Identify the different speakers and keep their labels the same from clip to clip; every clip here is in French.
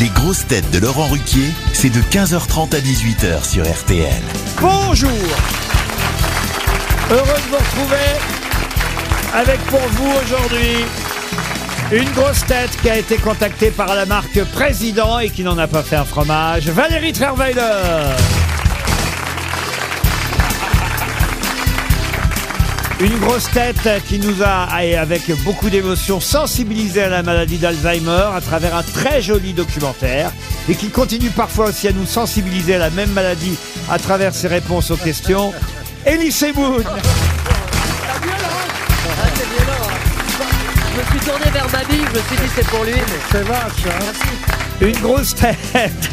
Speaker 1: Les grosses têtes de Laurent Ruquier, c'est de 15h30 à 18h sur RTL.
Speaker 2: Bonjour Heureux de vous retrouver avec pour vous aujourd'hui une grosse tête qui a été contactée par la marque Président et qui n'en a pas fait un fromage, Valérie Trierweiler. Une grosse tête qui nous a, et avec beaucoup d'émotion, sensibilisé à la maladie d'Alzheimer à travers un très joli documentaire et qui continue parfois aussi à nous sensibiliser à la même maladie à travers ses réponses aux questions. Elie Semoun
Speaker 3: Je me suis tourné vers Babi, je me suis dit c'est pour lui. C'est vache,
Speaker 2: Une grosse tête.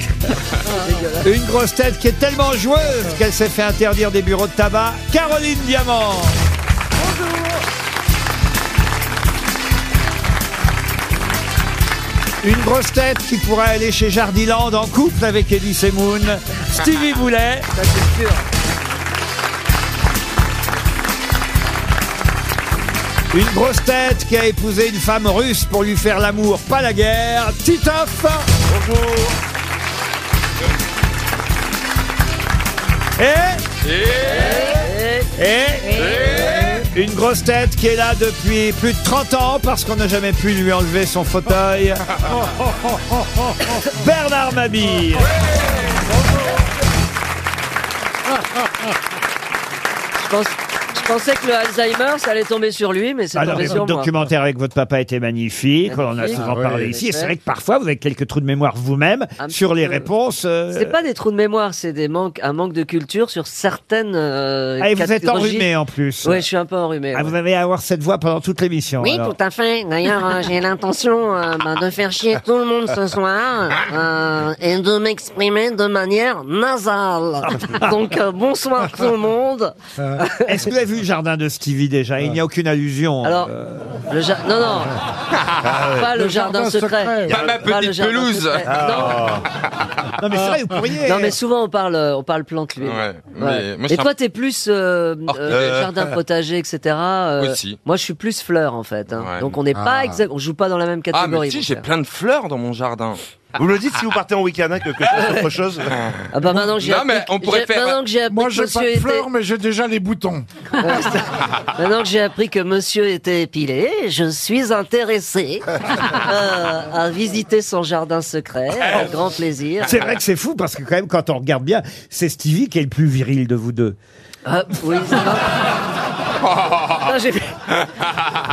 Speaker 2: Une grosse tête qui est tellement joueuse qu'elle s'est fait interdire des bureaux de tabac. Caroline Diamant. Une grosse tête qui pourrait aller chez Jardiland en couple avec Eddie Semoun. Stevie Boulet. Une grosse tête qui a épousé une femme russe pour lui faire l'amour, pas la guerre. Titoff Bonjour Et Et Une grosse tête qui est là depuis plus de 30 ans parce qu'on n'a jamais pu lui enlever son fauteuil. Bernard Mabille
Speaker 3: Je, pense- je pensais que le Alzheimer, ça allait tomber sur lui, mais c'est
Speaker 2: Alors,
Speaker 3: tombé sur
Speaker 2: le
Speaker 3: moi.
Speaker 2: Ah documentaire avec votre papa était magnifique, on a
Speaker 3: Magnifique.
Speaker 2: souvent
Speaker 3: Ah ouais.
Speaker 2: parlé ici, et c'est vrai que parfois vous avez quelques trous de mémoire vous-même
Speaker 3: Un petit
Speaker 2: sur les
Speaker 3: peu.
Speaker 2: réponses. euh,
Speaker 3: C'est pas des trous de mémoire, c'est des manques, un manque de culture sur certaines. euh,
Speaker 2: Ah, et vous êtes
Speaker 3: catégories.
Speaker 2: enrhumé en plus.
Speaker 3: Ouais, je suis un peu enrhumé.
Speaker 2: Ah,
Speaker 3: ouais.
Speaker 2: vous allez avoir cette voix pendant toute l'émission.
Speaker 4: Oui,
Speaker 2: alors.
Speaker 4: tout à fait. D'ailleurs, euh, j'ai l'intention euh, bah, de faire chier tout le monde ce soir euh, et de m'exprimer de manière nasale. Donc, euh, bonsoir tout le monde.
Speaker 2: Est-ce que vous avez vu le jardin de Stevie déjà Il n'y a aucune allusion. euh.
Speaker 3: Alors, le ja- non, non, pas Euh. Ah le, jardin, secret. Ah.
Speaker 5: Pas ma
Speaker 3: Pas le
Speaker 5: petite
Speaker 3: jardin
Speaker 5: pelouse.
Speaker 3: secret.
Speaker 2: Non, mais c'est vrai, vous pourriez.
Speaker 3: ah, Non, mais souvent on parle, euh, on parle plante lui.
Speaker 5: Ouais, mais moi, je
Speaker 3: Et
Speaker 5: suis
Speaker 3: toi,
Speaker 5: un- Oh.
Speaker 3: t'es plus euh, euh, jardin potager, etc. euh,
Speaker 5: Aussi.
Speaker 3: Moi, je suis plus fleur en fait. hein.
Speaker 5: Ouais.
Speaker 3: Donc on n'est pas
Speaker 6: Ah.
Speaker 3: exact, on joue pas dans la même
Speaker 5: Ah,
Speaker 3: catégorie. euh.
Speaker 5: mais si,
Speaker 3: mon
Speaker 5: j'ai
Speaker 3: frère.
Speaker 5: plein de fleurs dans mon jardin.
Speaker 7: Vous me le dites si vous partez en week-end, hein, que, que je fasse autre chose.
Speaker 3: Ah bah maintenant que j'ai
Speaker 5: Non,
Speaker 3: appris,
Speaker 5: mais on pourrait
Speaker 3: j'ai-
Speaker 5: faire-
Speaker 3: maintenant que j'ai appris
Speaker 6: Moi,
Speaker 3: que
Speaker 6: j'ai pas
Speaker 3: monsieur
Speaker 6: de
Speaker 3: était,
Speaker 6: fleurs, mais j'ai déjà les boutons.
Speaker 3: maintenant que j'ai appris que monsieur était épilé, je suis intéressé euh, à visiter son jardin secret avec grand plaisir.
Speaker 2: C'est vrai que c'est fou parce que quand même, quand on regarde bien, c'est Stevie qui est le plus viril de vous deux.
Speaker 3: Ah, oui, ça va. Ah, j'ai-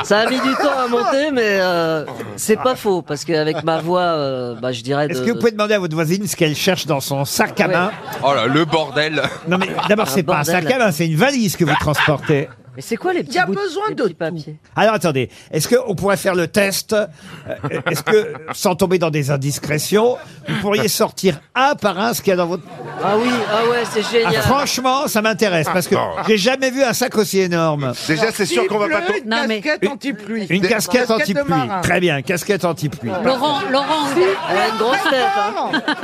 Speaker 3: ça a mis du temps à monter, mais euh, c'est pas faux parce qu'avec ma voix, euh, bah, je dirais.
Speaker 2: Est-ce
Speaker 3: de-
Speaker 2: que vous pouvez demander à votre voisine ce qu'elle cherche dans son sac à main
Speaker 5: Oh là, le bordel.
Speaker 2: Non, mais d'abord, c'est pas un
Speaker 3: bordel.
Speaker 2: sac à main, c'est une valise que vous transportez.
Speaker 3: Mais c'est quoi les petits Il y a besoin de papier.
Speaker 2: Alors attendez, est-ce qu'on pourrait faire le test Euh, Est-ce que, sans tomber dans des indiscrétions, vous pourriez sortir un par un ce qu'il y a dans votre...
Speaker 3: Ah oui, ah ouais, c'est
Speaker 2: Ah,
Speaker 3: génial.
Speaker 2: franchement, ça m'intéresse, parce que j'ai jamais vu un sac aussi énorme.
Speaker 7: Déjà, c'est sûr qu'on va pas. tomber.
Speaker 8: Non, mais... casquette anti-pluie.
Speaker 2: Une casquette
Speaker 8: casquette de
Speaker 2: anti-pluie.
Speaker 8: marin.
Speaker 2: Très bien, casquette anti-pluie.
Speaker 8: Laurent, Laurent,
Speaker 3: Elle a une grosse tête. hein.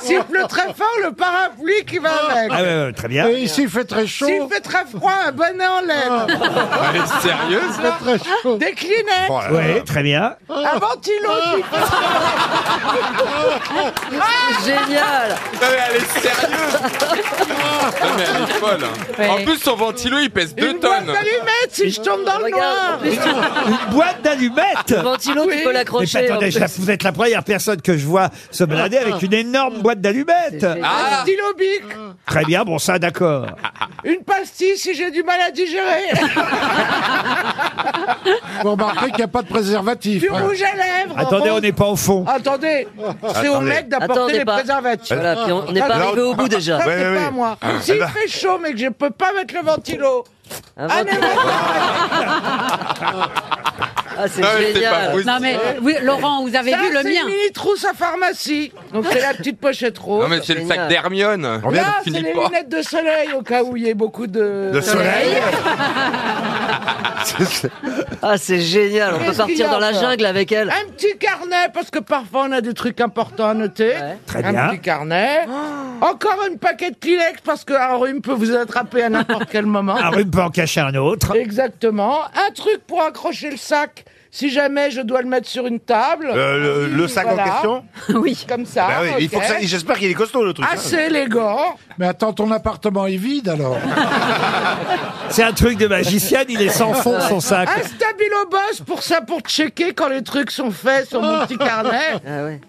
Speaker 8: s'il pleut très fort, le parapluie qui va avec.
Speaker 2: Ah ouais, ouais, très bien.
Speaker 6: Et ici, Euh, il fait très
Speaker 8: S'il
Speaker 6: chaud.
Speaker 8: fait très froid, un bonnet en laine.
Speaker 5: Elle est sérieuse, là
Speaker 6: Très chaud.
Speaker 8: Des Kleenex.
Speaker 7: Oh là là.
Speaker 2: Oui, très bien.
Speaker 8: Un ventilo. qui-
Speaker 3: Génial.
Speaker 5: Non, mais elle est sérieuse. Non, mais elle est folle. hein. En plus, son ventilo, il pèse 2
Speaker 8: Une boîte
Speaker 5: tonnes.
Speaker 8: d'allumettes si je tombe dans le
Speaker 3: Regarde, en
Speaker 8: noir.
Speaker 3: plus,
Speaker 2: Une boîte d'allumettes
Speaker 3: le ventilo, tu peux
Speaker 2: Mais
Speaker 3: l'accrocher. en
Speaker 2: attendez,
Speaker 3: plus.
Speaker 2: vous êtes la première personne que je vois se balader avec une énorme boîte d'allumettes.
Speaker 3: C'est génial.
Speaker 5: Ah,
Speaker 8: Stylo bic.
Speaker 2: Très bien, bon ça, d'accord.
Speaker 8: Une pastille si j'ai du mal à digérer.
Speaker 6: Vous remarquerez qu'il n'y a pas de préservatif.
Speaker 8: Du
Speaker 6: hein.
Speaker 8: rouge à lèvres.
Speaker 2: Attendez, on n'est pas au
Speaker 8: Ah.
Speaker 2: fond.
Speaker 8: Attendez, c'est au
Speaker 7: Attendez.
Speaker 8: mec d'apporter
Speaker 3: Attendez
Speaker 8: les
Speaker 3: pas.
Speaker 8: préservatifs. ah,
Speaker 3: Voilà, puis on n'est pas
Speaker 8: Là,
Speaker 3: arrivé au bout
Speaker 8: Ça,
Speaker 3: déjà.
Speaker 8: c'est
Speaker 7: Ouais, ouais,
Speaker 8: pas
Speaker 7: ouais.
Speaker 8: à moi. S'il
Speaker 7: bah.
Speaker 8: fait chaud, mais que je peux pas mettre le ventilo.
Speaker 3: Un
Speaker 8: Ah,
Speaker 3: ventilo. Ah, c'est
Speaker 5: non, mais c'est pas
Speaker 3: génial.
Speaker 5: possible.
Speaker 9: Non mais euh, oui, Laurent, vous avez
Speaker 8: Ça,
Speaker 9: vu le
Speaker 8: c'est
Speaker 9: mien
Speaker 8: mini trousse à pharmacie. Donc c'est la petite pochette rose.
Speaker 5: Non, mais c'est le sac
Speaker 3: Génial.
Speaker 5: d'Hermione.
Speaker 7: On vient
Speaker 8: Là, c'est
Speaker 5: Philippe
Speaker 8: les
Speaker 5: Port.
Speaker 8: lunettes de soleil au cas où il y ait beaucoup de.
Speaker 7: Le soleil
Speaker 3: Ah, c'est génial. On peut
Speaker 8: Qu'est-ce qu'il y
Speaker 3: partir
Speaker 8: a
Speaker 3: dans la
Speaker 8: encore
Speaker 3: jungle avec elle.
Speaker 8: Un petit carnet, parce que parfois on a des trucs importants à noter.
Speaker 3: Ouais. Oh.
Speaker 2: Très
Speaker 8: un
Speaker 2: bien.
Speaker 8: petit carnet. Encore un paquet de Kleenex, parce qu'un rhume peut vous attraper
Speaker 2: Ah,
Speaker 7: Ah.
Speaker 8: à n'importe quel moment.
Speaker 2: Un rhume peut en cacher un autre.
Speaker 8: Exactement. Un truc pour accrocher le sac Si jamais je dois le mettre sur une table.
Speaker 7: Euh, le- le sac en question
Speaker 8: Oui. Comme ça.
Speaker 7: Bah oui, il faut
Speaker 8: ok.
Speaker 7: que ça- J'espère qu'il est costaud le truc. hein.
Speaker 8: Assez élégant.
Speaker 6: Mais attends, ton appartement est vide alors
Speaker 2: C'est un truc de magicienne, il est sans fond son sac.
Speaker 8: Un stabilo boss pour ça, pour checker quand les trucs sont faits sur mon petit carnet.
Speaker 3: Ah ouais.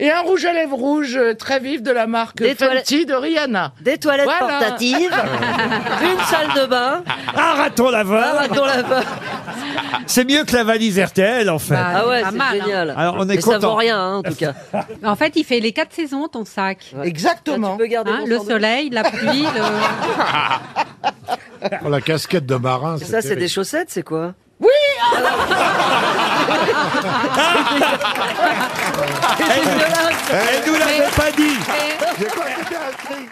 Speaker 8: Et un rouge à lèvres rouge euh, très vif de la marque
Speaker 3: Des
Speaker 8: Fenty de Rihanna.
Speaker 3: Des toilettes
Speaker 8: Voilà.
Speaker 3: portatives, une salle de bain,
Speaker 2: Un Ah, raton
Speaker 9: Ah,
Speaker 3: un
Speaker 2: laveur,
Speaker 3: raton laveur.
Speaker 2: c'est mieux que la valise RTL en fait.
Speaker 3: Ah ouais,
Speaker 9: pas
Speaker 3: c'est
Speaker 9: mal, hein.
Speaker 3: génial.
Speaker 2: Alors, on est
Speaker 3: Mais ça
Speaker 2: content.
Speaker 3: vaut rien hein, en tout cas.
Speaker 9: En fait, il fait les quatre saisons, ton sac.
Speaker 8: Exactement.
Speaker 3: Ah, Tu peux garder
Speaker 9: Hein,
Speaker 3: ton
Speaker 9: le
Speaker 3: sandwich.
Speaker 9: soleil, la pluie, le...
Speaker 6: Oh, La casquette de marin.
Speaker 3: Ça c'est des chaussettes, c'est quoi Oui.
Speaker 2: Elle nous l'avait pas dit.
Speaker 7: J'ai pas été inscrit.